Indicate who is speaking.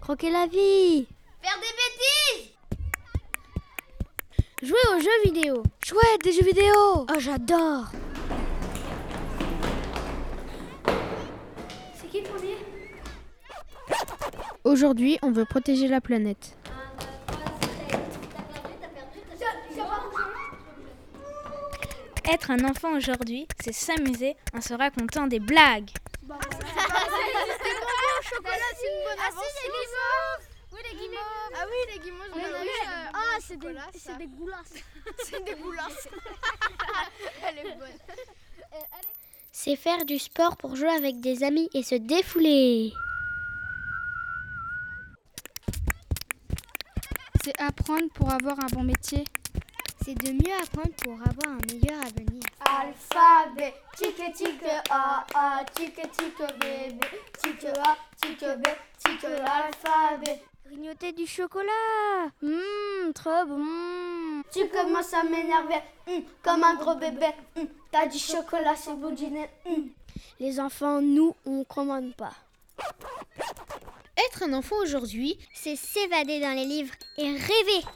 Speaker 1: croquer la vie.
Speaker 2: Faire des bêtises
Speaker 3: Jouer aux jeux vidéo.
Speaker 1: Chouette, des jeux vidéo.
Speaker 3: Oh, j'adore.
Speaker 2: C'est qui le premier
Speaker 3: Aujourd'hui, on veut protéger la planète.
Speaker 4: Être un enfant aujourd'hui, c'est s'amuser en se racontant des blagues.
Speaker 2: Ah si, c'est Guimauve Oui, les Guimauves Ah oui, les Guimauves, on en a eu Ah, c'est des...
Speaker 5: C'est des goulasses.
Speaker 2: C'est des goulasses Elle est bonne
Speaker 1: C'est faire du sport pour jouer avec des amis et se défouler.
Speaker 6: C'est apprendre pour avoir un bon métier.
Speaker 1: C'est de mieux apprendre pour avoir un meilleur avenir.
Speaker 2: Alphabet, tique tique A, A, tique tique B, B, tique A, tique B, tique alphabet.
Speaker 1: Grignoter du chocolat. Mmm, trop bon.
Speaker 2: Tu commences à m'énerver, hum, comme un gros bébé. hum. T'as du chocolat sur le bout du nez. hum.
Speaker 1: Les enfants, nous, on commande pas.
Speaker 3: Être un enfant aujourd'hui,
Speaker 1: C'est s'évader dans les livres et rêver.